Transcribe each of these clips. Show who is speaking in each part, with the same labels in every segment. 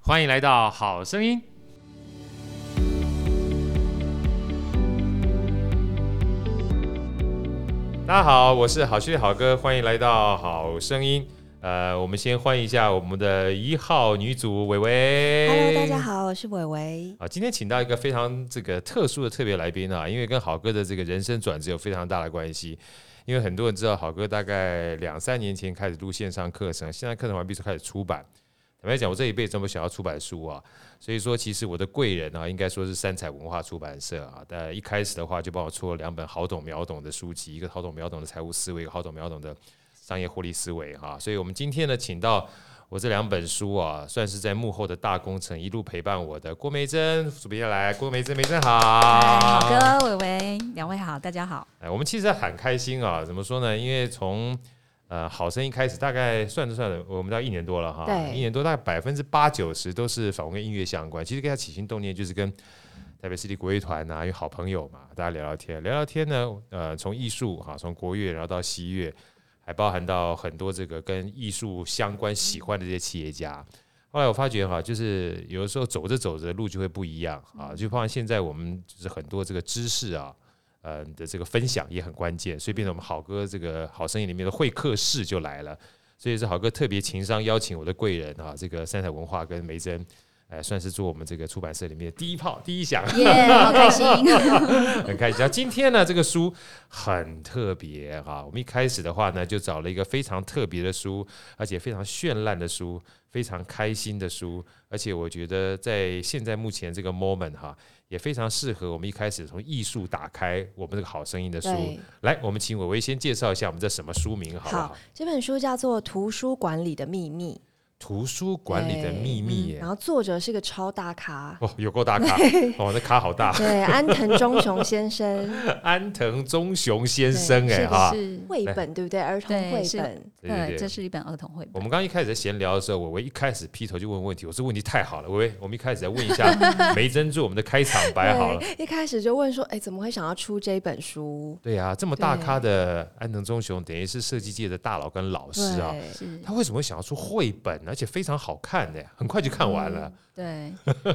Speaker 1: 欢迎来到《好声音》。大家好，我是好趣好哥，欢迎来到《好声音》。呃，我们先欢迎一下我们的一号女主伟伟。
Speaker 2: Hello，大家。好，我是伟伟。
Speaker 1: 啊，今天请到一个非常这个特殊的特别来宾啊，因为跟好哥的这个人生转折有非常大的关系。因为很多人知道好哥大概两三年前开始录线上课程，线上课程完毕之后开始出版。坦白讲，我这一辈子都没有想要出版书啊，所以说其实我的贵人啊，应该说是三彩文化出版社啊。但一开始的话，就帮我出了两本好懂秒懂的书籍，一个好懂秒懂的财务思维，一个好懂秒懂的商业获利思维哈、所以我们今天呢，请到我这两本书啊，算是在幕后的大工程，一路陪伴我的郭梅珍主编来，郭梅珍，梅珍好，
Speaker 3: 嗨
Speaker 1: 啊
Speaker 3: 好哥、伟伟，两位好，大家 好。
Speaker 1: 哎，我们其实很开心啊，怎么说呢？因为从呃好声音开始，大概算着算着，我们到一年多了哈，
Speaker 2: 对
Speaker 1: 一年多大概百分之八九十都是访问跟音乐相关。其实跟他起心动念就是跟台北市立国乐团啊，有好朋友嘛，大家聊聊天，聊聊天呢，呃，从艺术哈，从国乐，然后到西乐，还包含到很多这个跟艺术相关喜欢的这些企业家。后来我发觉哈，就是有的时候走着走着路就会不一样啊，就包括现在我们就是很多这个知识啊，呃的这个分享也很关键，所以变成我们好哥这个好声音里面的会客室就来了。所以是好哥特别情商邀请我的贵人啊，这个三彩文化跟梅珍，哎、算是做我们这个出版社里面的第一炮、第一响，
Speaker 3: 耶、好开 心！
Speaker 1: 很开心。然后啊今天呢，这个书很特别哈、我们一开始的话呢，就找了一个非常特别的书，而且非常绚烂的书，非常开心的书，而且我觉得在现在目前这个 moment 哈、也非常适合我们一开始从艺术打开我们这个好声音的书。
Speaker 2: 对，
Speaker 1: 来，我们请伟伟先介绍一下我们这什么书名好不好？
Speaker 2: 好，这本书叫做《图书馆里的秘密
Speaker 1: 图书馆里的秘密》，耶
Speaker 2: 然！后作者是个超大 咖，
Speaker 1: 哦，有够大 咖哦，那咖好大，
Speaker 2: 对，安藤忠雄先生，
Speaker 1: 安藤忠雄先生哎哈，
Speaker 3: 是，
Speaker 2: 绘本对不对？儿童
Speaker 3: 对
Speaker 2: 绘
Speaker 3: 是
Speaker 2: 本，
Speaker 1: 对对对
Speaker 3: 对，这是一本儿童绘
Speaker 1: 我
Speaker 3: 本。
Speaker 1: 们刚刚一开始在闲聊的时候，我我一开始劈头就问问题，我这问题太好了，喂，我们一开始在问一 下梅珍做我们的开场白好了。
Speaker 2: 对，一开始就问说，哎，怎么会想要出这本书？
Speaker 1: 对啊，这么大咖的安藤忠雄，等于是设计界的大佬跟老师啊，
Speaker 2: 对
Speaker 3: 是，
Speaker 1: 他为什么会想要出绘本，而且非常好看的，很快就看完
Speaker 3: 嗯
Speaker 1: 了。
Speaker 3: 对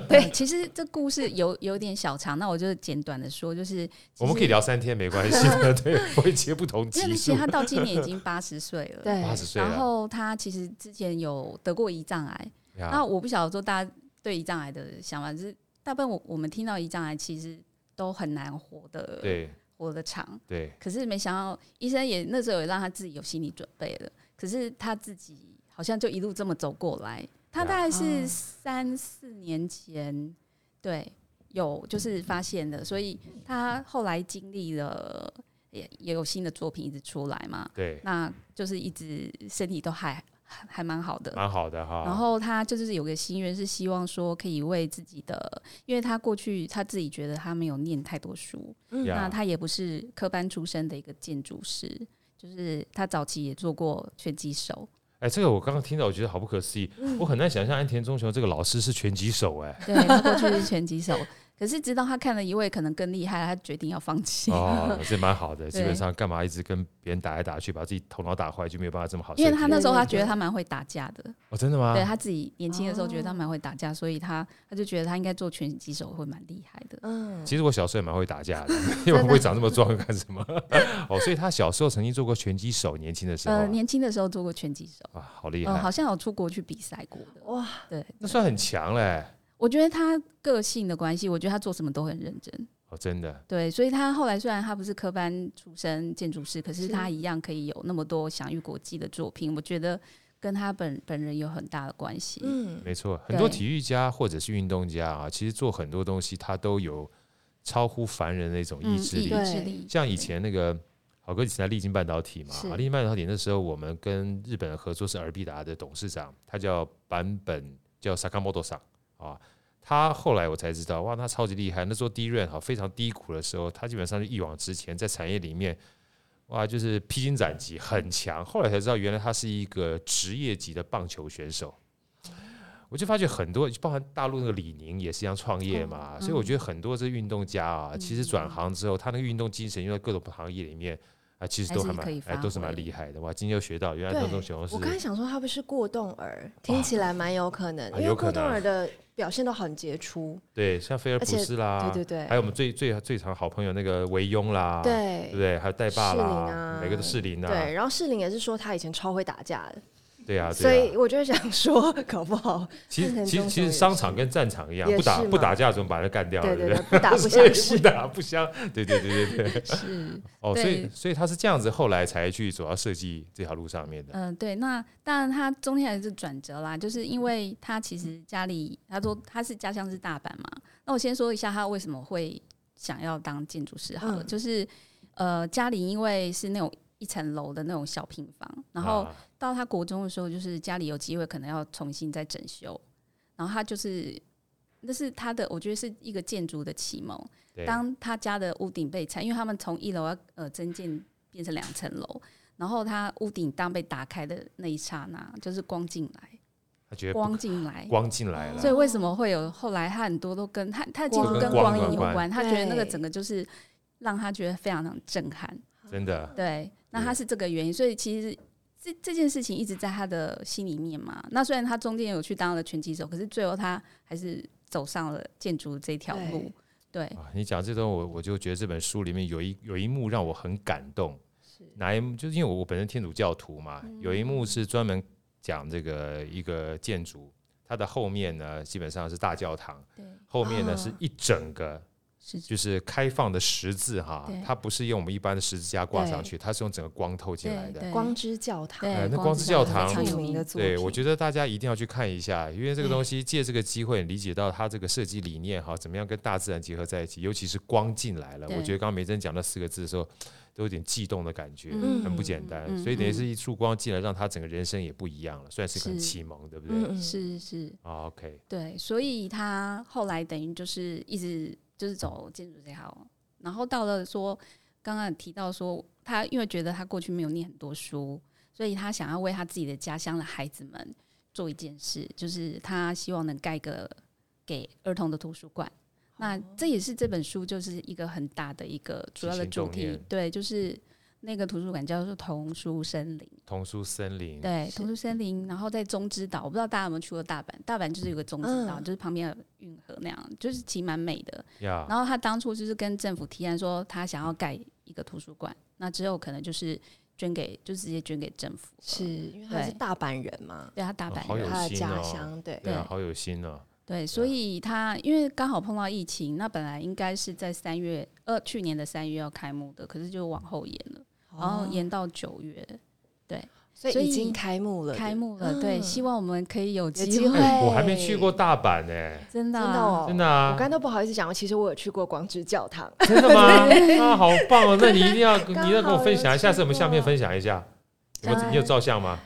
Speaker 3: 对。其实这故事有有点小长，那我就简短的说，就是
Speaker 1: 我们可以。聊三天没关系的，对， 我会接不同
Speaker 3: 其实
Speaker 1: 集
Speaker 3: 因为其
Speaker 1: 数
Speaker 3: 实。他到今 年已经八十岁了，
Speaker 2: 对
Speaker 1: 八十岁
Speaker 3: 然
Speaker 1: 了，
Speaker 3: 后他其实之前有得过胰脏癌，
Speaker 1: 呀
Speaker 3: 那我不晓得说大家对胰脏癌的想法，就是大部分我我们听到胰脏癌其实都很难活的
Speaker 1: 对
Speaker 3: 活得长，
Speaker 1: 对，
Speaker 3: 可是没想到医生也那时候也让他自己有心理准备了，可是他自己好像就一路这么走过来。他
Speaker 1: 对啊
Speaker 3: 大概是
Speaker 2: 哦
Speaker 3: 三四年前，对，有就是发现的，所以他后来经历了也也有新的作品一直出来嘛，
Speaker 1: 对，
Speaker 3: 那就是一直身体都还还还蛮好的，
Speaker 1: 蛮好的哈。
Speaker 3: 呃然后他就是有个心愿是希望说可以为自己的，因为他过去他自己觉得他没有念太多书，
Speaker 2: 嗯
Speaker 1: 呀
Speaker 3: 那他也不是科班出身的一个建筑师，就是他早期也做过拳 击手，
Speaker 1: 哎，这个我刚刚听到，我觉得好不可思议，
Speaker 3: 嗯
Speaker 1: 我很难想象安田忠雄这个老师是拳击手哎。
Speaker 3: 对他过去是拳击手，可是直到他看了一位可能更厉害，他决定要放弃，
Speaker 1: 哦，这蛮好的。基本
Speaker 3: 对
Speaker 1: 上干嘛一直跟别人打来打去，把自己头脑打坏，就没有办法这么好设计。
Speaker 3: 因为他那时候他觉
Speaker 2: 对对
Speaker 3: 得
Speaker 2: 对
Speaker 3: 他蛮会打架的，
Speaker 1: 哦，真的吗？
Speaker 3: 对他自己年轻的时候觉得他蛮会打架，所以他他就觉得他应该做拳击手会蛮厉害的。
Speaker 2: 嗯，
Speaker 1: 其实我小时候也蛮会打架 的，因为我不会长这么壮干什么？ 哦，所以他小时候曾经做过拳击手，年轻的时候
Speaker 3: 呃，
Speaker 1: 啊，
Speaker 3: 年轻的时候做过拳击手，
Speaker 1: 哇好厉
Speaker 3: 嗯、
Speaker 1: 害
Speaker 3: 好，像有出国去比赛过的。
Speaker 2: 哇，
Speaker 3: 对，
Speaker 1: 那算很强嘞。
Speaker 3: 我觉得他个性的关系，我觉得他做什么都很认真。
Speaker 1: 哦，真的，
Speaker 3: 对，所以他后来虽然他不是科班出身建筑师，可是
Speaker 2: 是
Speaker 3: 他一样可以有那么多享誉国际的作品，我觉得跟他本本人有很大的关系。
Speaker 2: 嗯，
Speaker 1: 没错，很多
Speaker 3: 对
Speaker 1: 体育家或者是运动家啊，其实做很多东西他都有超乎凡人的一种意志
Speaker 3: 意
Speaker 1: 力
Speaker 2: 嗯对。
Speaker 3: 志 力，
Speaker 1: 像以前那个好哥以前在利金半导体嘛，
Speaker 2: 是
Speaker 1: 啊利金半导体那时候我们跟日本的合作是尔必达的董事长，他叫坂本叫 Sakamoto 桑啊。他后来我才知道，哇，他超级厉害。那时候低润哈非常低谷的时候，他基本上就一往直前，在产业里面，哇，就是披荆斩棘，很强。后来才知道，原来他是一个职业级的棒球选手。我就发觉很多，包含大陆那个李宁也是一样创业嘛，
Speaker 3: 嗯
Speaker 2: 嗯
Speaker 1: 所以我觉得很多这运动家啊，其实转行之后，他那个运动精神用在各种行业里面，啊，啊，其实
Speaker 3: 还
Speaker 1: 都
Speaker 3: 是
Speaker 1: 还蛮
Speaker 3: 可以
Speaker 1: 哎，
Speaker 3: 发
Speaker 1: 都是蛮
Speaker 3: 挥
Speaker 1: 厉害的哇！今天又学到，原来
Speaker 2: 对
Speaker 1: 洞洞熊是
Speaker 2: 我刚才想说他不是过动儿，听起来蛮有可能，
Speaker 1: 啊
Speaker 2: 因
Speaker 1: 有
Speaker 2: 为
Speaker 1: 可能
Speaker 2: 过动儿的表现都很杰出。
Speaker 1: 对，像菲尔普
Speaker 2: 而且
Speaker 1: 斯啦，
Speaker 2: 对对对
Speaker 1: 啊还有我们最最最常好朋友那个维庸啦，对不
Speaker 2: 对
Speaker 1: 对？还有戴爸
Speaker 2: 士林
Speaker 1: 啦，
Speaker 2: 啊
Speaker 1: 每个都适龄啊，
Speaker 2: 对，然后世林也是说他以前超会打架的，
Speaker 1: 对啊，
Speaker 2: 所
Speaker 1: 对啊。
Speaker 2: 以我就想说，搞不好
Speaker 1: 其
Speaker 2: 变
Speaker 1: 实
Speaker 2: 成
Speaker 1: 其实
Speaker 2: 中
Speaker 1: 其
Speaker 2: 国
Speaker 1: 实
Speaker 2: 人
Speaker 1: 商场跟战场一样，
Speaker 2: 也
Speaker 1: 不打
Speaker 2: 是
Speaker 1: 不
Speaker 2: 嘛
Speaker 1: 打架怎么把它干掉了？
Speaker 2: 对对
Speaker 1: 不
Speaker 2: 对，不打不相识
Speaker 1: 不。打不相，对对对 对对。
Speaker 3: 是。
Speaker 1: 哦，所以
Speaker 3: 对
Speaker 1: 所以他是这样子，后来才去走到设计这条路上面的。
Speaker 3: 嗯、对，那当然他中间还是转折啦，就是因为他其实家里他说他是家乡是大阪嘛，那我先说一下他为什么会想要当建筑师好了，
Speaker 2: 嗯
Speaker 3: 就是呃家里因为是那种一层楼的那种小平房，然后
Speaker 1: 啊
Speaker 3: 到他国中的时候，就是家里有机会可能要重新再整修，然后他就是那是他的，我觉得是一个建筑的启蒙。
Speaker 1: 对
Speaker 3: 当他家的屋顶被拆，因为他们从一楼要呃增建变成两层楼，然后他屋顶当被打开的那一刹那，就是光进来，
Speaker 1: 他觉得不
Speaker 3: 光进来。
Speaker 1: 光进来
Speaker 2: 哦
Speaker 1: 了
Speaker 3: 所，以为什么会有后来他很多都跟他他的建筑
Speaker 2: 光
Speaker 3: 跟
Speaker 2: 光
Speaker 3: 光
Speaker 1: 有
Speaker 3: 影有
Speaker 1: 关
Speaker 3: 关，他觉得那个
Speaker 2: 对
Speaker 3: 整个就是让他觉得非常的震撼。
Speaker 1: 真的
Speaker 3: 对，那他是这个原因，所以其实这这件事情一直在他的心里面嘛。那虽然他中间有去当了拳击手，可是最后他还是走上了建筑这条路。对，
Speaker 1: 啊！你讲这段，我我就觉得这本书里面有一有一幕让我很感动，哪一幕？就是因为我我本身天主教徒嘛，有一幕是专门讲这个一个建筑，它的后面呢基本上是大教堂，
Speaker 3: 对，
Speaker 1: 后面呢
Speaker 2: 啊
Speaker 1: 是一整个
Speaker 3: 是
Speaker 1: 就是开放的十字哈
Speaker 3: 对，
Speaker 1: 它不是用我们一般的十字架挂上
Speaker 2: 对
Speaker 1: 去，它是用整个光透进来
Speaker 3: 对
Speaker 1: 的。
Speaker 3: 对，
Speaker 2: 光之教堂，
Speaker 3: 对
Speaker 1: 呃那光
Speaker 3: 光
Speaker 1: 之
Speaker 3: 之
Speaker 1: 教
Speaker 3: 教
Speaker 1: 堂
Speaker 3: 堂
Speaker 2: 很
Speaker 3: 非
Speaker 2: 有
Speaker 3: 常有
Speaker 2: 名
Speaker 3: 名
Speaker 2: 的作品。
Speaker 1: 对，我觉得大家一定要去看一下，因为这个
Speaker 3: 嗯
Speaker 1: 东西借这个机会理解到它这个设计理念哈，怎么样跟大自然结合在一起，尤其是光进来了，我
Speaker 3: 对
Speaker 1: 觉得刚刚梅珍讲那四个字的时候，都有点悸动的感觉，
Speaker 3: 嗯
Speaker 1: 很不简单。
Speaker 3: 嗯
Speaker 1: 所以等于
Speaker 3: 嗯
Speaker 1: 是一束光进来，让他整个人生也不一样了，算是个很
Speaker 3: 是
Speaker 1: 启蒙，对不对？
Speaker 2: 嗯嗯，
Speaker 3: 是是，
Speaker 1: 啊，OK，
Speaker 3: 对，所以他后来等于就是一直就是走建筑这条，然后到了说刚刚有提到说他因为觉得他过去没有念很多书，所以他想要为他自己的家乡的孩子们做一件事，就是他希望能盖个给儿童的图书馆。那
Speaker 1: 哦
Speaker 3: 这也是这本书就是一个很大的一个主要
Speaker 1: 起
Speaker 3: 的
Speaker 1: 心
Speaker 3: 主
Speaker 1: 动
Speaker 3: 题
Speaker 1: 念，
Speaker 3: 对，就是那个图书馆叫做童书森林。
Speaker 1: 童书森林，
Speaker 3: 对，
Speaker 2: 是
Speaker 3: 童书森林，然后在中之岛，我不知道大家有没有去过大阪，大阪就是有个中之岛，
Speaker 2: 嗯
Speaker 3: 就是旁边有运河那样，就是其实蛮美的。
Speaker 1: 呀，
Speaker 3: 然后他当初就是跟政府提案说，他想要盖一个图书馆，那之后可能就是捐给，就直接捐给政府了。
Speaker 2: 是因为他
Speaker 3: 对
Speaker 2: 是大阪人嘛，
Speaker 3: 对他大
Speaker 1: 哦
Speaker 3: 阪
Speaker 1: 好有
Speaker 3: 人，
Speaker 2: 他的
Speaker 1: 心哦
Speaker 2: 家乡，对，
Speaker 1: 对啊
Speaker 3: 对，
Speaker 1: 好有心哦，
Speaker 3: 对，所以他因为刚好碰到疫情，那本来应该是在三月，呃，去年的三月要开幕的，可是就往后延了，然后
Speaker 2: 哦
Speaker 3: 延到九月
Speaker 2: 所
Speaker 3: 所
Speaker 2: 以已
Speaker 3: 以
Speaker 2: 经开幕了，
Speaker 3: 开
Speaker 2: 对
Speaker 3: 幕了。对，
Speaker 2: 嗯
Speaker 3: 希望我们可以有
Speaker 2: 有
Speaker 3: 机
Speaker 2: 机
Speaker 3: 会
Speaker 2: 会，
Speaker 1: 哎我还没去过大阪呢、
Speaker 3: 真的
Speaker 2: 真的
Speaker 3: 啊
Speaker 2: 哦，
Speaker 1: 真的
Speaker 2: 我
Speaker 1: 啊
Speaker 2: 刚，才都不好意思讲，其实我有去过光之教堂，
Speaker 1: 真的 吗？啊，好棒哦！那你一定要，你
Speaker 2: 刚
Speaker 1: 一定要跟我
Speaker 2: 好
Speaker 1: 分
Speaker 2: 有
Speaker 1: 享，
Speaker 2: 去
Speaker 1: 下次我们
Speaker 2: 过
Speaker 1: 相片分享一下。有没有
Speaker 3: 当
Speaker 1: 你有
Speaker 3: 然
Speaker 1: 照相吗？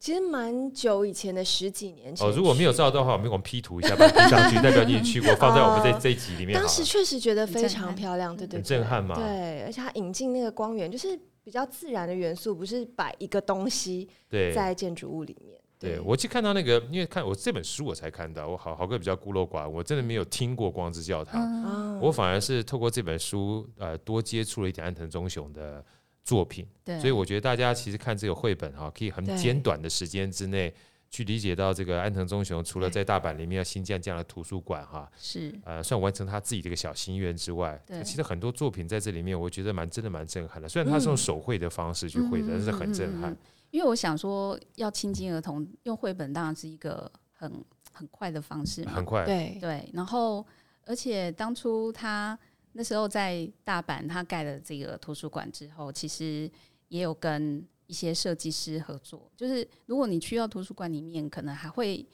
Speaker 2: 其实蛮久以前的，十几年前
Speaker 1: 哦，
Speaker 2: 去。
Speaker 1: 如果没有照到的话，我们给我们 P 图一下， 把它 P 上去，代表你也去过，放在我们这这一集里面好
Speaker 2: 哦当时
Speaker 1: 了。
Speaker 2: 确实觉得非
Speaker 3: 很震
Speaker 2: 常
Speaker 3: 撼
Speaker 2: 漂亮，对对
Speaker 1: 很
Speaker 2: 对，
Speaker 1: 震撼嘛
Speaker 2: 对，而且它引进那个光源，就是比较自然的元素，不是摆一个东西
Speaker 1: 对
Speaker 2: 在建筑物里面。
Speaker 1: 对，我去看到那个，因为看我这本书我才看到，我好好哥比较孤陋寡闻，我真的没有听过光之教堂，
Speaker 3: 嗯
Speaker 2: 啊，
Speaker 1: 我反而是透过这本书，呃，多接触了一点安藤忠雄的作品。
Speaker 3: 对，
Speaker 1: 所以我觉得大家其实看这个绘本哈、可以很
Speaker 2: 对
Speaker 1: 简短的时间之内去理解到这个安藤忠雄除了在大阪里面要新建这样的图书馆哈、
Speaker 3: 是
Speaker 1: 呃，算完成他自己的一个小心愿之外，
Speaker 3: 对
Speaker 1: 其实很多作品在这里面，我觉得蛮真的蛮震撼的。虽然他是用手绘的方式去绘的，但是很震撼。
Speaker 3: 嗯嗯嗯嗯因为我想说，要亲近儿童，用绘本当然是一个很很快的方式嘛
Speaker 1: 很。快，
Speaker 2: 对，
Speaker 3: 对，然后而且当初他那时候在大阪，他盖了这个图书馆之后，其实也有跟一些设计师合作。就是如果你去到图书馆里面，可能还会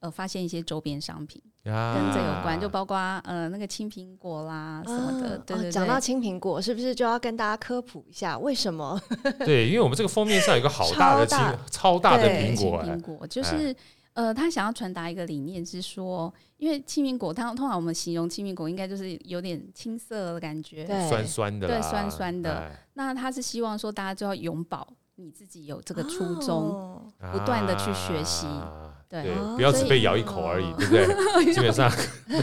Speaker 3: 呃发现一些周边商品跟
Speaker 1: 跟
Speaker 3: 这有关，就包括呃那个青苹果啦什么的。
Speaker 2: 啊
Speaker 3: 对
Speaker 2: 哦
Speaker 3: 对对，
Speaker 2: 讲到青苹果，是不是就要跟大家科普一下为什么？
Speaker 1: 对，因为我们这个封面上有一个好大的青
Speaker 2: 超大
Speaker 1: 超大的
Speaker 2: 对
Speaker 1: 苹
Speaker 3: 青
Speaker 1: 果、哎
Speaker 3: 苹果就是、呃，他想要传达一个理念是说，因为青苹果，它通常我们形容青苹果应该就是有点青涩的感觉，
Speaker 2: 对，
Speaker 1: 酸酸的啦，
Speaker 3: 对酸酸的
Speaker 1: 哎
Speaker 3: 那他是希望 说大家就要永葆你自己有这个初衷，
Speaker 2: 哦
Speaker 3: 不断地去学习
Speaker 1: 啊
Speaker 3: 对
Speaker 1: 对
Speaker 2: 哦，
Speaker 1: 不要只
Speaker 2: 所以
Speaker 1: 被咬一口而已，对不 对？基本上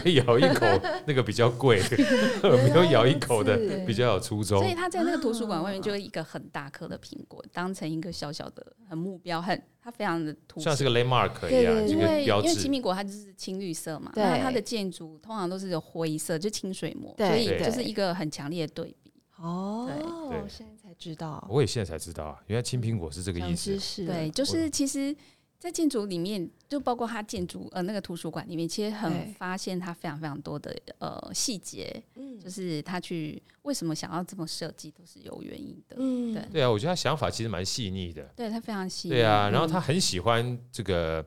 Speaker 1: 被咬一口那个比较贵， 呃没有咬一口的
Speaker 2: 原来如此
Speaker 1: 比较有初衷
Speaker 3: 所以。他在那个图书馆外
Speaker 2: 嗯
Speaker 3: 面就是一个很大颗的苹果，当成一个小小的很目标，很它非常的突
Speaker 1: 像
Speaker 3: 出
Speaker 1: 是。个 landmark 一
Speaker 2: 对
Speaker 1: 样，
Speaker 2: 对
Speaker 1: 这
Speaker 3: 因
Speaker 1: 个
Speaker 3: 为因
Speaker 1: 标
Speaker 3: 为奇
Speaker 1: 志。
Speaker 3: 米果它就是青绿色嘛，
Speaker 2: 对
Speaker 3: 那它的建筑通常都是有灰色，就清水模，
Speaker 2: 对
Speaker 3: 所以
Speaker 1: 对
Speaker 3: 就是一个很强烈的对比。
Speaker 2: 哦，
Speaker 1: 对
Speaker 2: 我现在才知道，
Speaker 1: 我也现在才知道啊，原来青苹果是这个意
Speaker 2: 长
Speaker 1: 思
Speaker 2: 知。识了，
Speaker 3: 对，就是啊其实，在建筑里面，就包括它建筑呃那个图书馆里面，其实很
Speaker 2: 对
Speaker 3: 发现它非常非常多的呃细节，
Speaker 2: 嗯
Speaker 3: 就是他去为什么想要这么设计，都是有原因的。
Speaker 2: 嗯
Speaker 3: 对
Speaker 1: 对啊，我觉得他想法其实蛮细腻的。
Speaker 3: 对他非常细腻。
Speaker 1: 对啊，
Speaker 3: 嗯
Speaker 1: 然后他很喜欢这个，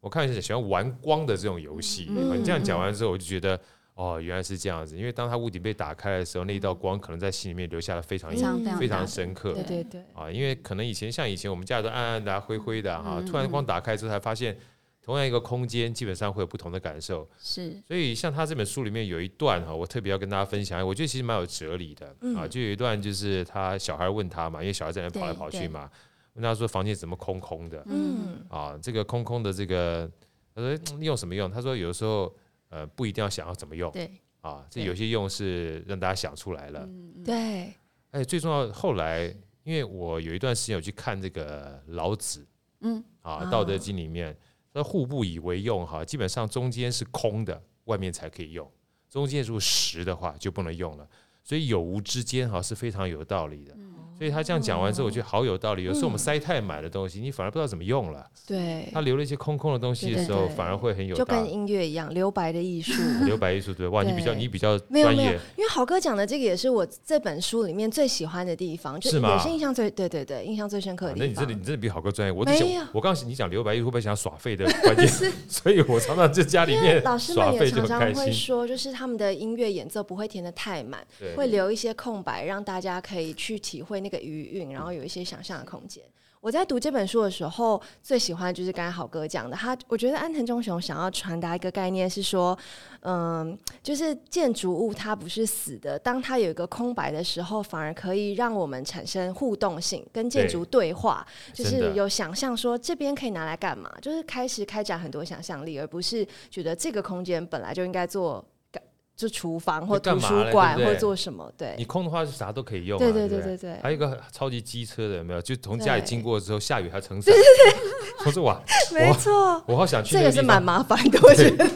Speaker 1: 我看一下喜欢玩光的这种游戏。哦
Speaker 2: 嗯
Speaker 1: 你这样讲完之后，我就觉得
Speaker 3: 嗯
Speaker 1: 哦，原来是这样子。因为当他屋顶被打开的时候，那一道光可能在心里面留下了非常
Speaker 3: 非
Speaker 1: 印
Speaker 3: 常非常
Speaker 1: 非
Speaker 3: 大
Speaker 1: 常
Speaker 3: 的
Speaker 1: 深刻
Speaker 2: 对
Speaker 3: 对
Speaker 2: 对对，
Speaker 1: 啊。因为可能以前像以前我们家都暗暗的、啊、灰灰的啊哈、
Speaker 3: 嗯
Speaker 1: 突然光打开之后才发现，同样一个空间基本上会有不同的感受。
Speaker 3: 是
Speaker 1: 所以像他这本书里面有一段哈，我特别要跟大家分享，我觉得其实蛮有哲理的、
Speaker 2: 嗯
Speaker 1: 啊。就有一段就是他小孩问他嘛，因为小孩在那边跑来跑去
Speaker 3: 对对
Speaker 1: 嘛，问他说房间怎么空空的。
Speaker 3: 嗯，
Speaker 2: 嗯
Speaker 1: 啊，这个空空的这个，他说嗯用什么用？他说有的时候呃不一定要想要怎么用
Speaker 3: 对，
Speaker 1: 啊，这
Speaker 3: 对
Speaker 1: 有些用是让大家想出来了。
Speaker 3: 嗯，
Speaker 2: 对，
Speaker 1: 哎，最重要后来，因为我有一段时间有去看这个老子
Speaker 3: 嗯
Speaker 1: 啊，《
Speaker 2: 啊
Speaker 1: 道德经》里面，那互不以为用哈，基本上中间是空的，外面才可以用，中间如果实的话就不能用了。所以有无之间哈是非常有道理的。所以他这样讲完之后，我觉得好有道理。有时候我们
Speaker 2: 嗯
Speaker 1: 塞太满的东西，你反而不知道怎么用了。
Speaker 2: 对
Speaker 1: 他，留了一些空空的东西的时候，
Speaker 2: 对对对
Speaker 1: 反而会很有
Speaker 2: 就
Speaker 1: 大
Speaker 2: 跟音乐一样，留白的艺术。
Speaker 1: 留白艺术对哇，
Speaker 2: 对
Speaker 1: 你比较你比较
Speaker 2: 没有
Speaker 1: 专
Speaker 2: 没有
Speaker 1: 业，，
Speaker 2: 因为豪哥讲的这个也是我这本书里面最喜欢的地方，就是
Speaker 1: 吗
Speaker 2: 也是印象最对对对印象最深刻
Speaker 1: 啊
Speaker 2: 的
Speaker 1: 那
Speaker 2: 地
Speaker 1: 你真
Speaker 2: 方
Speaker 1: 的。你真的比好哥专业。我只想
Speaker 2: 没有
Speaker 1: 我刚刚你讲留白艺术会不会想耍废的关 键，所以我常常在家里面
Speaker 2: 老师们
Speaker 1: 耍
Speaker 2: 也
Speaker 1: 废就
Speaker 2: 常
Speaker 1: 很
Speaker 2: 常
Speaker 1: 开
Speaker 2: 会
Speaker 1: 心。
Speaker 2: 说，就是他们的音乐演奏不会填的太满，
Speaker 1: 对
Speaker 2: 会留一些空白，让大家可以去体会那个余韵，然后有一些想象的空间。我在读这本书的时候，最喜欢就是刚才好哥讲的，他我觉得安藤忠雄想要传达一个概念是说，嗯，就是建筑物它不是死的，当它有一个空白的时候，反而可以让我们产生互动性，跟建筑对话，就
Speaker 1: 真的
Speaker 2: 是有想象说这边可以拿来干嘛，就是开始开展很多想象力，而不是觉得这个空间本来就应该做。就厨房或
Speaker 1: 干
Speaker 2: 图
Speaker 1: 嘛
Speaker 2: 书
Speaker 1: 嘞
Speaker 2: 馆
Speaker 1: 对不
Speaker 2: 或
Speaker 1: 对
Speaker 2: 做什么，对，
Speaker 1: 你空的话是啥都可以用啊，
Speaker 2: 对
Speaker 1: 对
Speaker 2: 对
Speaker 1: 不
Speaker 2: 对对对，
Speaker 1: 还有一个超级机车的，有没有？就从家里
Speaker 2: 对
Speaker 1: 经过之后，下雨还撑伞。 我说哇，
Speaker 2: 没错，
Speaker 1: 我好想去
Speaker 2: 这
Speaker 1: 那
Speaker 2: 个
Speaker 1: 地
Speaker 2: 是
Speaker 1: 方
Speaker 2: 蛮麻烦的，我觉得。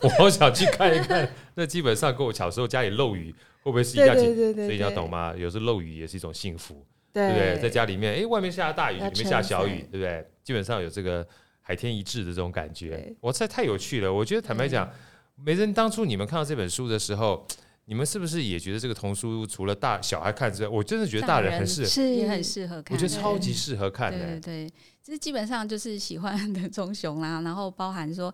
Speaker 1: 我好想去看一看。那基本上跟我小时候家里漏雨会不会是一样？
Speaker 2: 对
Speaker 1: 情？
Speaker 2: 对对对
Speaker 1: 所以你要懂吗？有时候漏雨也是一种幸福。对不对？在家里面，哎，外面下大雨，里
Speaker 2: 要
Speaker 1: 面下小雨
Speaker 2: 撑，伞
Speaker 1: 对不对？基本上有这个海天一致的这种感觉
Speaker 2: 对，嗯
Speaker 1: 我这太有趣了。我觉得坦白讲，梅珍当初你们看到这本书的时候，你们是不是也觉得这个童书除了大小孩看之外，我真的觉得大人很适合，
Speaker 2: 是
Speaker 3: 也很适合
Speaker 1: 我
Speaker 3: 看，
Speaker 1: 觉得超级适合看
Speaker 3: 对对
Speaker 1: 的。
Speaker 3: 对，就是基本上就是喜欢的 棕熊啦，然后包含说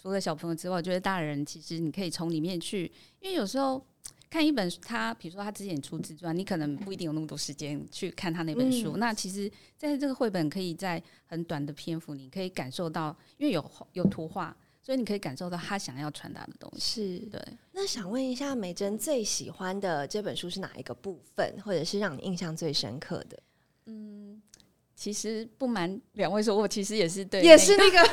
Speaker 3: 除了小朋友之外，我觉得大人其实你可以从里面去，因为有时候。看一本书他，比如说他之前出自传，你可能不一定有那么多时间去看他那本书。那其实，在这个绘本可以在很短的篇幅，你可以感受到，因为有有图画，所以你可以感受到他想要传达的东西。
Speaker 2: 是
Speaker 3: 对，
Speaker 2: 那想问一下，美珍最喜欢的这本书是哪一个部分，或者是让你印象最深刻的？
Speaker 3: 其实不瞒两位说，我其实也是对
Speaker 2: 也
Speaker 3: 那
Speaker 2: 是那个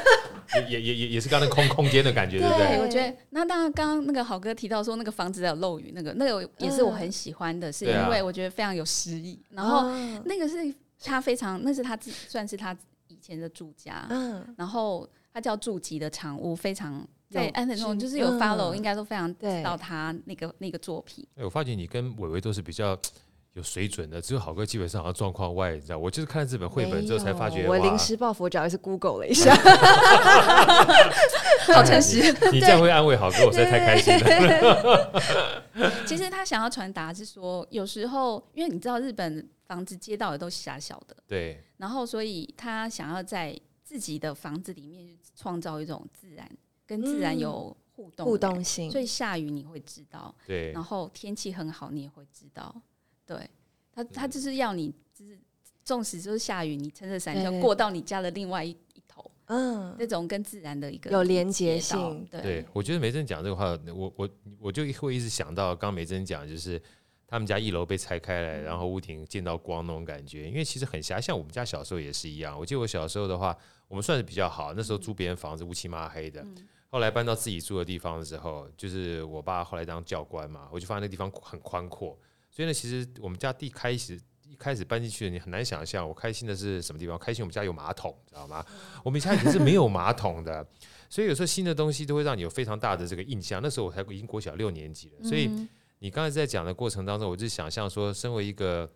Speaker 1: 也也也也也是刚才空空间的 感觉，对不对
Speaker 3: 对，
Speaker 2: 对？
Speaker 3: 我觉得那当然，刚刚那个好哥提到说那个房子有漏雨，那个那个也是
Speaker 2: 嗯
Speaker 3: 我很喜欢的，是
Speaker 1: 对啊
Speaker 3: 因为我觉得非常有诗意。然后
Speaker 2: 啊
Speaker 3: 那个是他非常，那是他自算是他以前的住家，
Speaker 2: 嗯，
Speaker 3: 然后他叫住吉的长屋，非常在
Speaker 2: 有
Speaker 3: 安藤忠
Speaker 2: 是
Speaker 3: 就是有
Speaker 2: 嗯
Speaker 3: follow，应该都非常
Speaker 2: 对
Speaker 3: 知道他那个那个作品。
Speaker 1: 哎我发觉你跟伟伟都是比较。有水准的，只有好哥基本上好像状况外，你知道，我就是看了这本 绘本之后才发觉，
Speaker 2: 没有我
Speaker 1: 哇
Speaker 2: 临时抱佛脚也是 Google 了一下，
Speaker 3: 好诚实，
Speaker 1: 你 这样会安慰好哥，我实在太开心了。
Speaker 3: 其实他想要传达是说，有时候因为你知道日本房子街道也都狭小的，
Speaker 1: 对，
Speaker 3: 然后所以他想要在自己的房子里面创造一种自然，跟自然有互动、
Speaker 2: 嗯互动。性
Speaker 3: 所以下雨你会知道，
Speaker 1: 对，
Speaker 3: 然后天气很好你也会知道。对他，他就是要你，就是纵使就是下雨，你撑着伞
Speaker 2: 对
Speaker 3: 要
Speaker 2: 对
Speaker 3: 过到你家的另外一一头，
Speaker 2: 嗯，
Speaker 3: 那种跟自然的一个
Speaker 2: 有连
Speaker 3: 接
Speaker 2: 结
Speaker 3: 到
Speaker 2: 性
Speaker 3: 对
Speaker 1: 对，我觉得梅珍讲这个话，我我我就会一直想到刚梅珍讲，就是他他们家一楼被拆开来，然后屋顶见到光那种感觉。因为其实很狭，像我们家小时候也是一样。我记得我小时候的话，我们算是比较好，那时候租别人房子乌漆嘛黑的。后来搬到自己住的地方的时候，就是我爸后来当教官嘛，我就发现那地方很宽阔，所以呢，其实我们家地开始一开始搬进去，你很难想象我开心的是什么地方。开心我们家有马桶，知道吗？我们家以前是没有马桶的，所以有时候新的东西都会让你有非常大的这个印象。那时候我才已经国小六年级了，所以你刚才在讲的过程当中，我就想象说，身为一个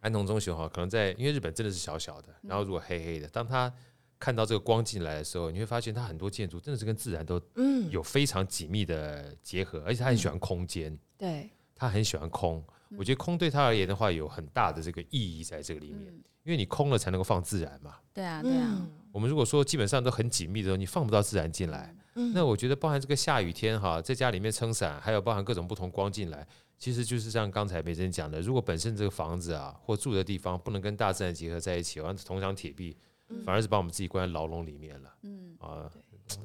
Speaker 1: 安童中学哈，可能在因为日本真的是小小的，然后如果黑黑的，当他看到这个光进来的时候，你会发现它很多建筑真的是跟自然都
Speaker 2: 嗯，
Speaker 1: 有非常紧密的结合，而且他很喜欢空间。
Speaker 2: 对，
Speaker 1: 他很喜欢空。我觉得空对他而言的话，有很大的这个意义在这个里面，因为你空了才能够放自然嘛。
Speaker 3: 对啊，对啊
Speaker 2: 嗯，
Speaker 1: 我们如果说基本上都很紧密的时候，你放不到自然进来。
Speaker 2: 嗯
Speaker 1: 那我觉得包含这个下雨天哈，在家里面撑伞，还有包含各种不同光进来，其实就是像刚才梅珍讲的，如果本身这个房子啊或住的地方不能跟大自然结合在一起，好像铜墙铁壁，
Speaker 3: 嗯
Speaker 1: 反而是把我们自己关在牢笼里面了。嗯啊。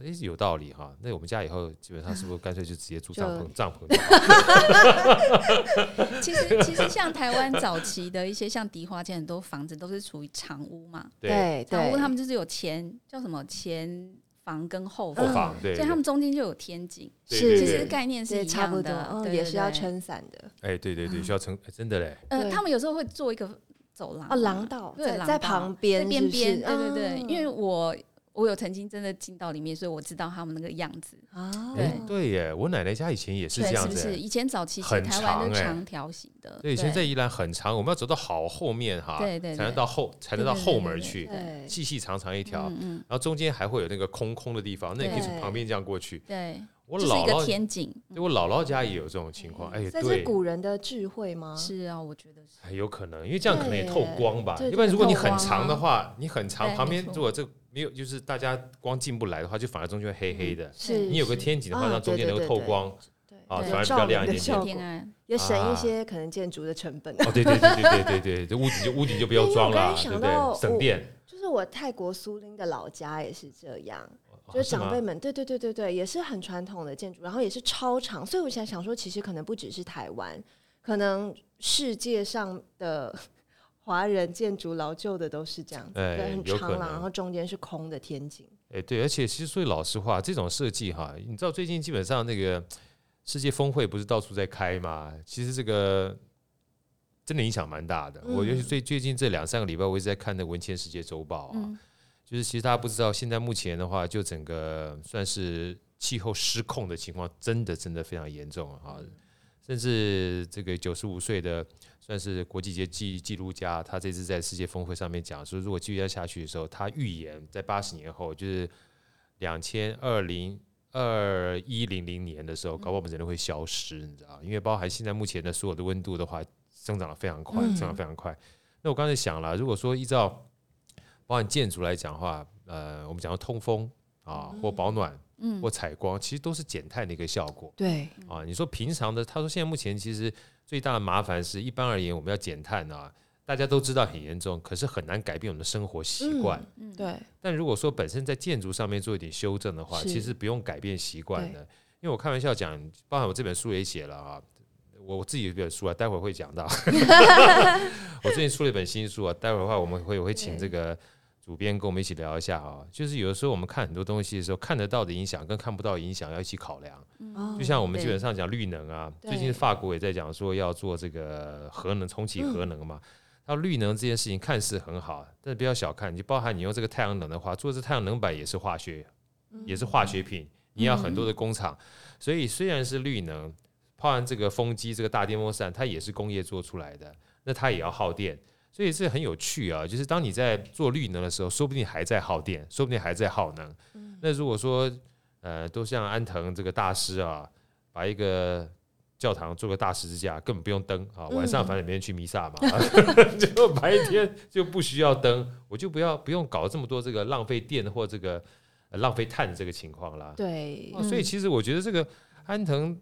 Speaker 1: 诶，有道理哈。那我们家以后基本上是不是干脆就直接住帐 篷？帐篷就好了
Speaker 3: 其实其实像台湾早期的一些像迪化街很多房子都是处于长屋嘛，
Speaker 1: 对，
Speaker 2: 对
Speaker 3: 长
Speaker 2: 对，
Speaker 3: 屋他们就是有前叫什么前房跟后
Speaker 1: 后
Speaker 3: 房，
Speaker 1: 房对。
Speaker 3: 嗯所以他们中间就有天井，
Speaker 1: 对
Speaker 2: 是
Speaker 1: 对
Speaker 3: 其
Speaker 1: 对
Speaker 3: 实概念是
Speaker 2: 对
Speaker 3: 一
Speaker 2: 差
Speaker 3: 样
Speaker 2: 不多，
Speaker 3: 的，
Speaker 2: 嗯，
Speaker 3: 对
Speaker 2: 也是要。
Speaker 3: 对对
Speaker 2: 撑伞的。
Speaker 1: 哎、对对对，需要撑，哎真的嘞，
Speaker 3: 呃，
Speaker 2: 对
Speaker 3: 他们有时候会做一个走廊嘛，
Speaker 2: 哦，廊道
Speaker 3: 对
Speaker 2: 在
Speaker 3: 廊
Speaker 2: 在
Speaker 3: 道
Speaker 2: 旁
Speaker 3: 在
Speaker 2: 边，
Speaker 3: 边边，对对对，因
Speaker 2: 为
Speaker 3: 为我我有曾经真的进到里面，所以我知道他们那个样子。
Speaker 2: 啊，
Speaker 1: 哎
Speaker 3: 对
Speaker 1: 对耶，我奶奶家以前也是
Speaker 3: 对
Speaker 1: 这样
Speaker 3: 不
Speaker 1: 子
Speaker 3: 是？
Speaker 1: 耶。
Speaker 3: 以前早期其实
Speaker 1: 很
Speaker 3: 台湾
Speaker 1: 长
Speaker 3: 都
Speaker 1: 哎
Speaker 3: 长条形的，
Speaker 1: 对，以前在宜兰很长，我们要走到好后面哈，
Speaker 3: 对对对
Speaker 1: 才能到后，才能到
Speaker 3: 对对
Speaker 1: 后
Speaker 3: 对
Speaker 1: 门
Speaker 3: 对
Speaker 1: 去，
Speaker 2: 对
Speaker 1: 细细长长一条，
Speaker 3: 嗯嗯，
Speaker 1: 然后中间还会有那个空空的地方，那你可以从
Speaker 2: 对
Speaker 1: 旁边这样过去。
Speaker 3: 对，
Speaker 1: 我
Speaker 3: 就是一
Speaker 1: 姥
Speaker 3: 个
Speaker 1: 姥，
Speaker 3: 天井，
Speaker 1: 对我姥姥家也有这种情况，哎，
Speaker 2: 嗯这是
Speaker 1: 对，
Speaker 2: 古人的智慧吗？
Speaker 1: 嗯
Speaker 3: 是啊，我觉得是。
Speaker 1: 哎有可能，因为这样可能也
Speaker 2: 对
Speaker 1: 透光吧，
Speaker 2: 对
Speaker 1: 要
Speaker 2: 对
Speaker 1: 不然如果你很
Speaker 3: 透光啊
Speaker 1: 长的话，你很长，
Speaker 3: 对
Speaker 1: 旁边
Speaker 3: 没错
Speaker 1: 如果这没有，就是大家光进不来的话，就反而中间会黑黑的。
Speaker 2: 嗯是，
Speaker 1: 你有个
Speaker 2: 是
Speaker 1: 天井的话，
Speaker 2: 啊
Speaker 1: 让中
Speaker 2: 对
Speaker 1: 间
Speaker 2: 对
Speaker 1: 能够
Speaker 2: 对
Speaker 1: 透
Speaker 2: 对
Speaker 1: 光
Speaker 2: 对
Speaker 1: 啊，
Speaker 3: 对
Speaker 1: 反而比较
Speaker 2: 照明
Speaker 1: 亮一
Speaker 2: 的
Speaker 1: 点
Speaker 2: 效
Speaker 1: 点
Speaker 2: 果。
Speaker 3: 天安，
Speaker 2: 也省
Speaker 1: 啊
Speaker 2: 一些可能建筑的成本。
Speaker 1: 哦，对对对对对对对，这屋顶就屋顶就不要装了，
Speaker 2: 因
Speaker 1: 对
Speaker 2: 为
Speaker 1: 不
Speaker 2: 哎我刚才想到
Speaker 1: 对？省电，
Speaker 2: 就是我泰国苏林的老家也是这样，就
Speaker 1: 哦
Speaker 2: 是长辈
Speaker 1: 吗
Speaker 2: 们，对对对对对，也是很传统的建筑，然后也是超长，所以我想想说，其实可能不只是台湾，可能世界上的华人建筑老旧的都是这样子，
Speaker 1: 哎
Speaker 2: 对，很
Speaker 1: 有
Speaker 2: 长
Speaker 1: 可
Speaker 2: 廊，
Speaker 1: 能
Speaker 2: 然后中间是空的天井，
Speaker 1: 哎，对，而且其实说句老实话，这种设计哈，你知道最近基本上那个世界峰会不是到处在开吗？其实这个真的影响蛮大的。我尤其
Speaker 2: 嗯
Speaker 1: 最最近这两三个礼拜，我一直在看那《文献世界周报》啊，
Speaker 3: 嗯
Speaker 1: 就是其实大家不知道，现在目前的话，就整个算是气候失控的情况，真的真的非常严重啊！甚至这个九十五岁的算是国际级记记录家，他这次在世界峰会上面讲说，如果继续要下去的时候，他预言在八十年后，就是两千二零二一零零年的时候，搞不好我们人类会消失，你知道吗？因为包含现在目前的所有的温度的话，增长的非常快，
Speaker 2: 嗯
Speaker 1: 增长得非常快。那我刚才想了，如果说依照包含建筑来讲的话，呃，我们讲到通风啊，或保暖，
Speaker 3: 嗯
Speaker 1: 或采光，其实都是减碳的一个效果。
Speaker 2: 对，
Speaker 1: 啊，你说平常的，他说现在目前其实最大的麻烦是，一般而言我们要减碳啊，大家都知道很严重，可是很难改变我们的生活习惯。
Speaker 3: 嗯，
Speaker 2: 对，
Speaker 1: 但如果说本身在建筑上面做一点修正的话，
Speaker 2: 是
Speaker 1: 其实不用改变习惯的，因为我开玩笑讲，包含我这本书也写了啊。我我自己有一本书啊，待会儿会讲到。我最近出了一本新书啊，待会儿的话我们会我会请这个主编跟我们一起聊一下啊。就是有的时候我们看很多东西的时候，看得到的影响跟看不到的影响要一起考量。
Speaker 3: 嗯
Speaker 2: 嗯
Speaker 1: 就像我们基本上讲绿能啊，
Speaker 2: 哦对
Speaker 1: 最近法国也在讲说要做这个核能，重启核能嘛。那绿能这件事情看似很好，但是不要小看，你包含你用这个太阳能的话，做这太阳能板也是化学，
Speaker 2: 嗯
Speaker 1: 也是化学品，你要很多的工厂。所以虽然是绿能，包含这个风机、这个大电风扇，它也是工业做出来的，那它也要耗电。所以是很有趣啊，就是当你在做绿能的时候，说不定还在耗电，说不定还在耗能。那如果说呃，都像安藤这个大师啊，把一个教堂做个大十字架，根本不用灯啊，晚上反正没人去弥撒嘛， 就白天就不需要灯，我就不要不用搞这么多这个浪费电或这个、呃浪费碳的这个情况啦。
Speaker 2: 对
Speaker 1: 哦，所以其实我觉得这个安藤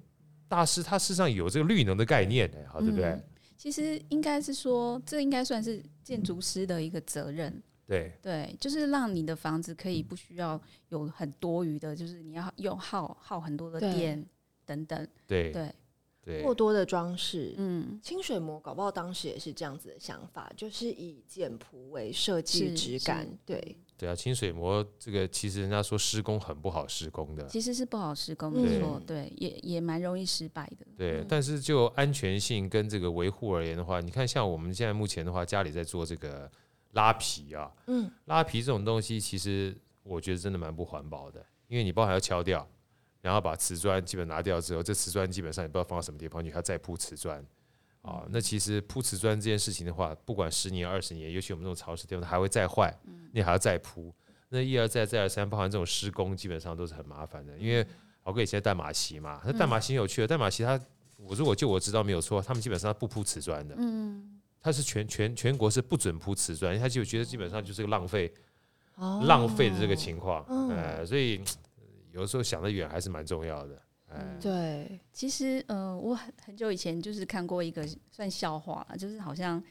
Speaker 1: 大师他事实上有这个绿能的概念的、好对不对？
Speaker 3: 嗯其实应该是说，这应该算是建筑师的一个责任。
Speaker 1: 对
Speaker 3: 对，就是让你的房子可以不需要有很多余的，就是你要用耗耗很多的
Speaker 2: 对
Speaker 3: 电等等。
Speaker 1: 对
Speaker 3: 对，
Speaker 1: 对
Speaker 2: 过多的装饰。
Speaker 3: 嗯，
Speaker 2: 清水模搞不好当时也是这样子的想法，就是以简朴为设计
Speaker 3: 是
Speaker 2: 质
Speaker 3: 是
Speaker 2: 感，对，
Speaker 1: 对啊，清水模这个其实人家说施工很不好施工的，
Speaker 3: 其实是不好施工，
Speaker 2: 嗯
Speaker 3: 没错，对，也也蛮容易失败的。
Speaker 1: 对，但是就安全性跟这个维护而言的话，你看像我们现在目前的话，家里在做这个拉皮啊，
Speaker 2: 嗯，
Speaker 1: 拉皮这种东西，其实我觉得真的蛮不环保的，因为你包含要敲掉，然后把瓷砖基本拿掉之后，这瓷砖基本上你不知道放到什么地方去，还要再铺瓷砖。啊、那其实铺瓷砖这件事情的话，不管十年、二十年，尤其我们这种潮湿地方，它还会再坏，你还要再铺。那一而再、再而三，包含这种施工，基本上都是很麻烦的。因为豪哥以前在淡马锡嘛，那淡马锡很有趣的，淡马锡它，我如果就我知道没有错，他们基本上不铺瓷砖的，
Speaker 3: 嗯，
Speaker 1: 它是全全全国是不准铺瓷砖，因为它就觉得基本上就是个浪费
Speaker 3: 嗯
Speaker 2: 哦
Speaker 1: 浪费的这个情况，
Speaker 2: 嗯
Speaker 1: 呃，所以嘖有时候想得远还是蛮重要的。
Speaker 3: 嗯
Speaker 1: 哎，
Speaker 2: 对，
Speaker 3: 其实呃，我很很久以前就是看过一个算笑话啦，就是好像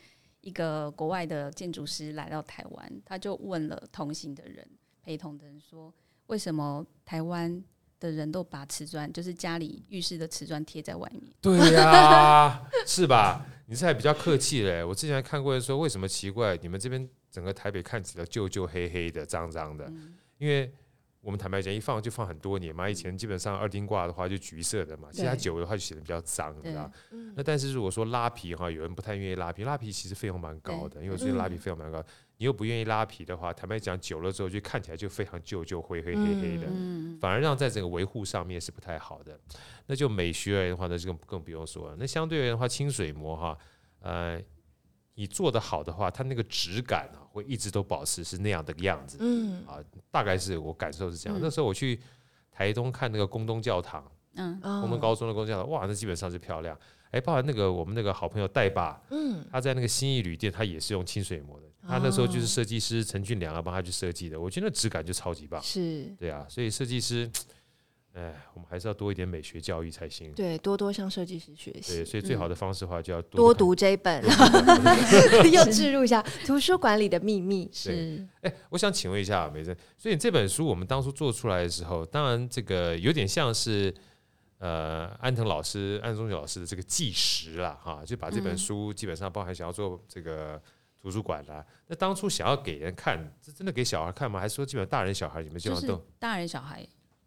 Speaker 3: 一个国外的建筑师来到台湾，他就问了同行的人、陪同的人说，为什么台湾的人都把瓷砖，就是家里浴室的瓷砖贴在外面？
Speaker 1: 对呀、 是吧？你这还比较客气嘞。我之前还看过人说，为什么奇怪你们这边整个台北看起来旧旧黑黑的、脏脏的？
Speaker 3: 嗯
Speaker 1: 因为我们坦白讲，一放就放很多年嘛。以前基本上二丁挂的话就橘色的嘛，其他
Speaker 3: 对
Speaker 1: 久的话就显得比较脏，你知道
Speaker 3: 对。
Speaker 2: 嗯
Speaker 1: 那但是如果说拉皮哈，有人不太愿意拉皮，拉皮其实费用蛮高的，因为我最近拉
Speaker 3: 嗯
Speaker 1: 皮费用蛮高。你又不愿意拉皮的话，坦白讲，久了之后就看起来就非常旧旧、灰灰黑黑的，
Speaker 3: 嗯，
Speaker 1: 反而让在整个维护上面是不太好的。那就美学而言的话，那就更更不用说了。那相对而言的话，清水膜哈，呃，你做得好的话，它那个质感啊，会一直都保持是那样的样子。
Speaker 2: 嗯
Speaker 1: 啊，大概是我感受是这样。
Speaker 3: 嗯
Speaker 1: 那时候我去台东看那个宫东教堂，
Speaker 3: 嗯，
Speaker 1: 我
Speaker 2: 我
Speaker 1: 们高中的工匠，哇，那基本上是漂亮。哎，包含那个我们那个好朋友戴爸，
Speaker 2: 嗯哦
Speaker 1: 他在那个新义旅店，他也是用清水磨的。他那时候就是设计师陈俊良啊，帮他去设计的。我觉得那质感就超级棒。
Speaker 2: 是
Speaker 1: 对啊，所以设计师，哎，我们还是要多一点美学教育才行。
Speaker 2: 对多多向设计师学
Speaker 1: 对，
Speaker 2: 习，
Speaker 1: 所以最好的方式的话，就要去
Speaker 2: 多
Speaker 1: 看。
Speaker 2: 读这一本， 又置入一下《图书馆里的秘密》
Speaker 3: 是，
Speaker 1: 哎，我想请问一下美珍，所以这本书我们当初做出来的时候，当然这个有点像是。呃，安藤老师、安宗九老师的这个纪实啦，哈，就把这本
Speaker 3: 嗯
Speaker 1: 书基本上包含想要做这个图书馆啦。那当初想要给人看，这真的给小孩看吗？还是说基本上大人小孩你们基
Speaker 3: 就
Speaker 1: 本上
Speaker 3: 是
Speaker 1: 都
Speaker 3: 大人小孩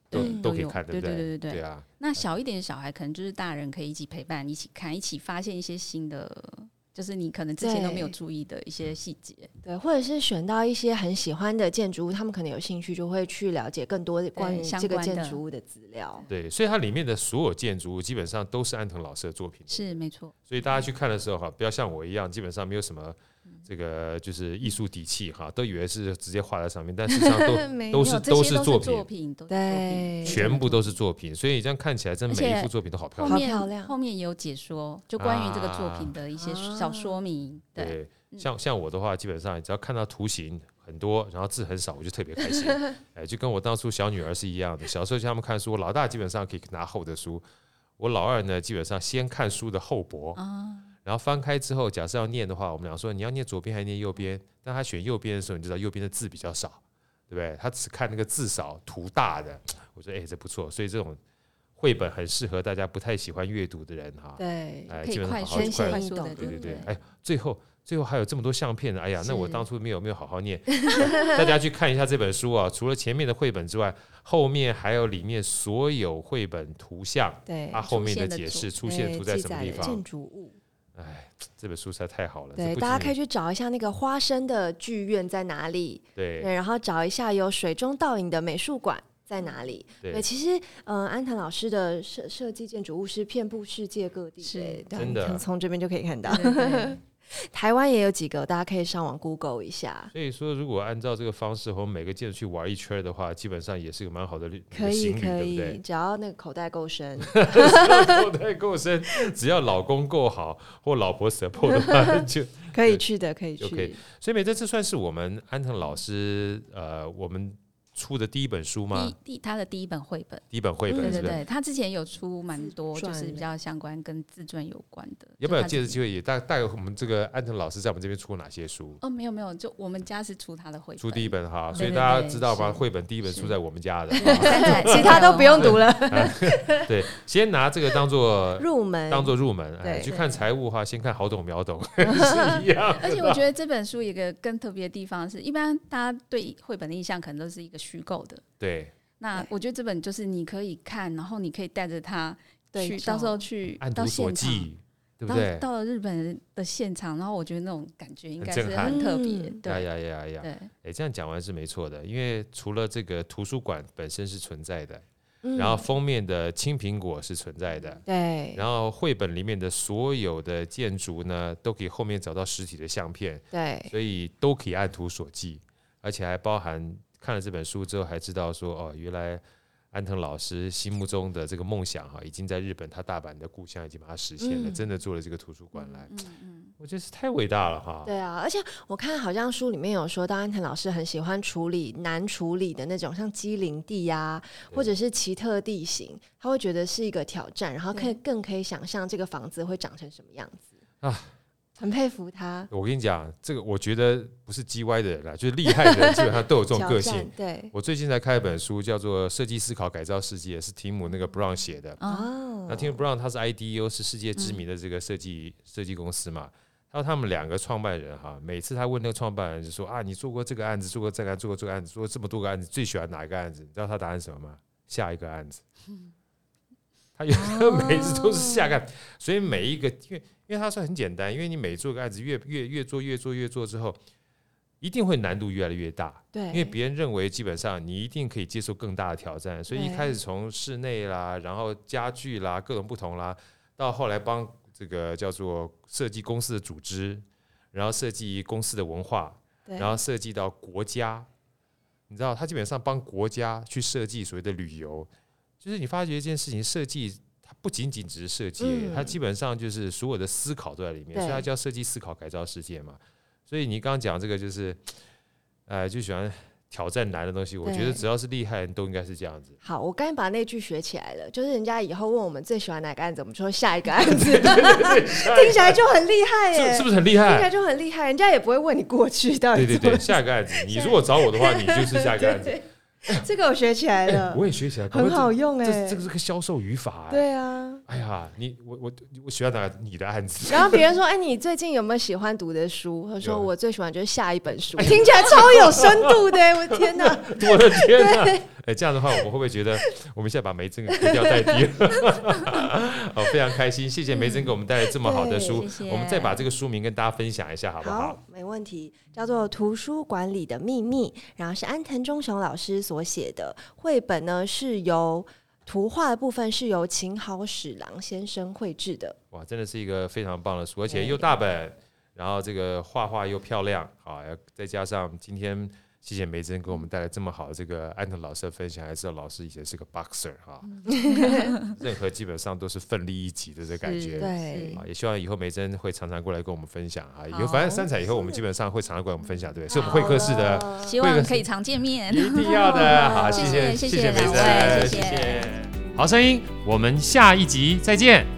Speaker 1: 都
Speaker 3: 对
Speaker 1: 都可以
Speaker 3: 有
Speaker 1: 看，
Speaker 3: 对
Speaker 1: 不对？
Speaker 3: 对对对
Speaker 1: 对啊，
Speaker 3: 那小一点的小孩，可能就是大人可以一起陪伴、一起看、一起发现一些新的，就是你可能之前都没有
Speaker 2: 对
Speaker 3: 注意的一些细节。
Speaker 1: 嗯
Speaker 2: 对，或者是选到一些很喜欢的建筑物，他们可能有兴趣，就会去了解更多关于
Speaker 3: 相
Speaker 2: 这个
Speaker 3: 关
Speaker 2: 建
Speaker 3: 的
Speaker 2: 筑物的资料。
Speaker 1: 对，所以它里面的所有建筑物基本上都是安藤老师的作品，
Speaker 3: 是没错，
Speaker 1: 所以大家去看的时候哈，不要像我一样，基本上没有什么
Speaker 3: 嗯
Speaker 1: 这个就是艺术底气哈，都以为是直接画在上面，但事实上都都
Speaker 3: 没
Speaker 2: 没
Speaker 3: 有
Speaker 1: 是
Speaker 3: 这些
Speaker 1: 是
Speaker 3: 都
Speaker 1: 作
Speaker 3: 作
Speaker 1: 品，
Speaker 3: 品，都是作
Speaker 2: 对
Speaker 3: 品，
Speaker 1: 全部都是作品，所以这样看起来，真的每
Speaker 3: 而
Speaker 1: 一
Speaker 3: 且
Speaker 1: 幅作品都好漂
Speaker 3: 后
Speaker 1: 亮。
Speaker 2: 好
Speaker 3: 面
Speaker 2: 漂亮
Speaker 3: 后面也有解说，就关于这个作品的一些
Speaker 2: 啊
Speaker 3: 小说明。对，嗯
Speaker 1: 对，像像我的话，基本上只要看到图形很多，然后字很少，我就特别开 心。哎，就跟我当初小女儿是一样的。小时候叫他们看书，我老大基本上可以拿厚的书，我老二呢基本上先看书的厚薄，
Speaker 3: 哦
Speaker 1: 然后翻开之后，假设要念的话，我们俩说你要念左边还是念右边？当他选右边的时候，你知道右边的字比较少，对不对？他只看那个字少图大的，我说哎这不错，所以这种绘本很适合大家不太喜欢阅读的人哈。
Speaker 2: 对，
Speaker 1: 哎，
Speaker 3: 可
Speaker 1: 基
Speaker 3: 以
Speaker 1: 本上
Speaker 3: 快
Speaker 1: 好
Speaker 3: 速
Speaker 1: 好
Speaker 2: 宣泄
Speaker 3: 快
Speaker 2: 运
Speaker 3: 速
Speaker 2: 动
Speaker 3: 的，
Speaker 1: 对对对
Speaker 3: 对，，
Speaker 1: 哎，最后最后还有这么多相片呢，哎呀，那我
Speaker 3: 是
Speaker 1: 当初没有没有好好念， 大家去看一下这本书啊，除了前面的绘本之外，后面还有里面所有绘本图像，
Speaker 2: 对
Speaker 1: 它，后面的
Speaker 3: 出现的
Speaker 1: 解
Speaker 3: 图
Speaker 1: 释出现
Speaker 2: 哎
Speaker 1: 图在
Speaker 2: 记
Speaker 1: 什么
Speaker 2: 载
Speaker 1: 地
Speaker 2: 了
Speaker 1: 方
Speaker 2: 建，筑物，
Speaker 1: 哎，这本书实在太好了，这
Speaker 2: 对，
Speaker 1: 不
Speaker 2: 大家
Speaker 1: 仅
Speaker 2: 可以去找一下那个花生的剧院在哪里，
Speaker 1: 对
Speaker 2: 对，然后找一下有水中倒影的美术馆在哪里。对，
Speaker 1: 对，
Speaker 2: 其实，嗯、安藤老师的设设计建筑物是遍布世界各地，
Speaker 3: 是
Speaker 2: 对对
Speaker 1: 真的
Speaker 2: 从从这边就可以看到，
Speaker 3: 对对 对
Speaker 2: 台湾也有几个，大家可以上网 Google 一下。
Speaker 1: 所以说如果按照这个方式和每个建筑去玩一圈的话，基本上也是个蛮好的旅
Speaker 2: 可以
Speaker 1: 行旅，
Speaker 2: 可
Speaker 1: 对不
Speaker 2: 以，
Speaker 1: 对？
Speaker 2: 只要那个口袋 够深，
Speaker 1: 够太够深，只要老公够好或老婆 support 的话， 就
Speaker 2: 可 以去的，可以去。
Speaker 1: 就可以所以美这次算是我们安藤老师呃，我们出的第一本书吗？
Speaker 3: 第第他的第一本绘本，
Speaker 1: 第一本绘
Speaker 2: 对
Speaker 1: 本
Speaker 3: 对
Speaker 1: 是
Speaker 3: 对
Speaker 1: 不是？
Speaker 3: 对，他之前有出蛮多，
Speaker 2: 自
Speaker 3: 就
Speaker 2: 传
Speaker 3: 是比较相关跟自传有关的。
Speaker 1: 要不要
Speaker 3: 就他
Speaker 1: 借着
Speaker 3: 自己
Speaker 1: 机会也带带我们这个安藤老师在我们这边出过哪些书？
Speaker 3: 哦，没有没有，就我们家是出他的绘本，
Speaker 1: 出第一本哈，
Speaker 3: 对
Speaker 1: 所以
Speaker 3: 对
Speaker 1: 大家
Speaker 3: 对
Speaker 1: 知道吗？
Speaker 3: 是
Speaker 1: 绘本第一本
Speaker 3: 是
Speaker 1: 出在我们家的，
Speaker 2: 其他都不用读了，
Speaker 1: 对，先拿这个当做
Speaker 2: 入门
Speaker 1: 当做入门，哎，
Speaker 2: 对
Speaker 1: 去看财务的话，先看好懂秒 懂是一样。
Speaker 3: 而且我觉得这本书有一个更特别的地方是，一般大家对绘本的印象可能都是一个虚构的。
Speaker 1: 对，
Speaker 3: 那
Speaker 2: 对
Speaker 3: 我觉得这本就是你可以看，然后你可以带着它
Speaker 2: 对
Speaker 3: 去，哦
Speaker 2: 照
Speaker 3: 到时候去
Speaker 1: 按
Speaker 3: 到
Speaker 1: 图索
Speaker 3: 现场，
Speaker 1: 骥，对不
Speaker 3: 到
Speaker 1: 对？
Speaker 3: 到了日本的现场，然后我觉得那种感觉应该
Speaker 1: 很震
Speaker 3: 是
Speaker 1: 撼
Speaker 3: 很特别，
Speaker 2: 嗯
Speaker 1: 呀
Speaker 3: 对
Speaker 1: 呀呀呀！
Speaker 3: 对
Speaker 1: 哎，这样讲完是没错的，因为除了这个图书馆本身是存在的，
Speaker 2: 嗯
Speaker 1: 然后封面的青苹果是存在的，
Speaker 2: 对
Speaker 1: 然后绘本里面的所有的建筑呢，都可以后面找到实体的相片，
Speaker 2: 对
Speaker 1: 所以都可以按图索骥，而且还包含看了这本书之后还知道说，哦，原来安藤老师心目中的这个梦想哈、已经在日本他大阪的故乡已经把它实现了，
Speaker 2: 嗯
Speaker 1: 真的做了这个图书馆来，
Speaker 3: 嗯嗯，
Speaker 1: 我觉得是太伟大了哈。
Speaker 2: 对啊，而且我看好像书里面有说到，安藤老师很喜欢处理难处理的那种，像机灵地呀、或者是奇特地形，他会觉得是一个挑战，然后可以更可以想象这个房子会长成什么样子
Speaker 1: 啊
Speaker 2: 啊，很佩服他。
Speaker 1: 我跟你讲，这个我觉得不是叽歪的人啦，就是厉害 的人基本上都有这种
Speaker 2: 挑
Speaker 1: 个
Speaker 2: 战
Speaker 1: 性。
Speaker 2: 对
Speaker 1: 我最近才看一本书，叫做《设计思考改造世界》，是提姆那个 Brown 写的。
Speaker 3: 哦，
Speaker 2: 哦
Speaker 1: 那 Tim Brown 他是 IDEO 是世界知名的这个设计、设计公司嘛，还有他们两个创办人哈，每次他问那个创办人就说啊，你做过这个案子，做过这个案子，做过这个案子，做过这么多个案子，最喜欢哪一个案子？你知道他答案是什么吗？下一个案子。他有时候每次都是下个案，所以每一个因为因为他说很简单，因为你每做个案子越越越做越做越做之后，一定会难度越来越大。
Speaker 2: 对，
Speaker 1: 因为别人认为基本上你一定可以接受更大的挑战，所以一
Speaker 2: 对
Speaker 1: 开始从室内啦，然后家具啦，各种不同啦，到后来帮这个叫做设计公司的组织，然后设计公司的文化，
Speaker 2: 对
Speaker 1: 然后设计到国家，你知道，他基本上帮国家去设计所谓的旅游，就是你发觉一件事情，设计它不仅仅只是设计而已，
Speaker 2: 嗯
Speaker 1: 它基本上就是所有的思考都在里面，所以
Speaker 2: 对
Speaker 1: 它叫设计思考改造世界嘛。所以你刚刚讲这个就是，呃，就喜欢挑战难的东西，我觉得
Speaker 2: 对
Speaker 1: 只要是厉害人都应该是这样子。
Speaker 2: 好，我刚才把那句学起来了，就是人家以后问我们最喜欢哪个 案子，我们就说下一个案子，听起来就很厉害耶，
Speaker 1: 是是不是很厉
Speaker 2: 听起来
Speaker 1: 害？
Speaker 2: 就很厉害，人家也不会问你过去到底
Speaker 1: 对对
Speaker 2: 怎么
Speaker 1: 对，下一个案子，你如果找我的话，你就是下一个案子。
Speaker 2: 这个我学起
Speaker 1: 哎
Speaker 2: 来了，
Speaker 1: 我也学起来，搞不
Speaker 2: 很
Speaker 1: 好
Speaker 2: 好用
Speaker 1: 这。
Speaker 2: 哎、
Speaker 1: 这这个是个销售语法。哎，
Speaker 2: 对啊。
Speaker 1: 哎呀，你我我我喜欢拿你的案子。
Speaker 2: 然后别人说：“哎，你最近有没有喜欢读的书？”他说：“
Speaker 1: 有哎
Speaker 2: 我最喜欢就是下一本书。”听起来超有深度 的、哎我的天哪！
Speaker 1: 我的天呐！哎，这样的话，我们会不会觉得我们现在把梅珍给推掉太低了？ 好，非常开心，谢谢梅珍给我们带来这么好的书。
Speaker 3: 对谢谢
Speaker 1: 我们再把这个书名跟大家分享一下，好不好？
Speaker 2: 没问题。叫做《图书馆里的秘密》，然后是安藤忠雄老师所写的绘本呢，是由图画的部分是由秦好史郎先生绘制的。
Speaker 1: 哇，真的是一个非常棒的书，而且
Speaker 2: 对
Speaker 1: 又大本，然后这个画画又漂亮，好，再加上今天谢谢梅珍给我们带来这么好的这个安藤老师的分享，还知道老师以前是个 boxer 哈， 任何基本上都是奋力一击的这感觉
Speaker 3: 是。
Speaker 2: 对
Speaker 1: 啊，也希望以后梅珍会常常过来跟我们分享啊。以后
Speaker 3: 好
Speaker 1: 反正三彩以后，我们基本上会常常过来我们分享，对不对？是我们会客室的，
Speaker 2: 好了
Speaker 3: 希望可以常见面。
Speaker 1: 一定要的。好，
Speaker 3: 谢
Speaker 1: 谢
Speaker 3: 谢谢
Speaker 1: 谢梅
Speaker 3: 两位
Speaker 1: 珍，
Speaker 3: 谢谢
Speaker 1: 谢。好声音，我们下一集再见。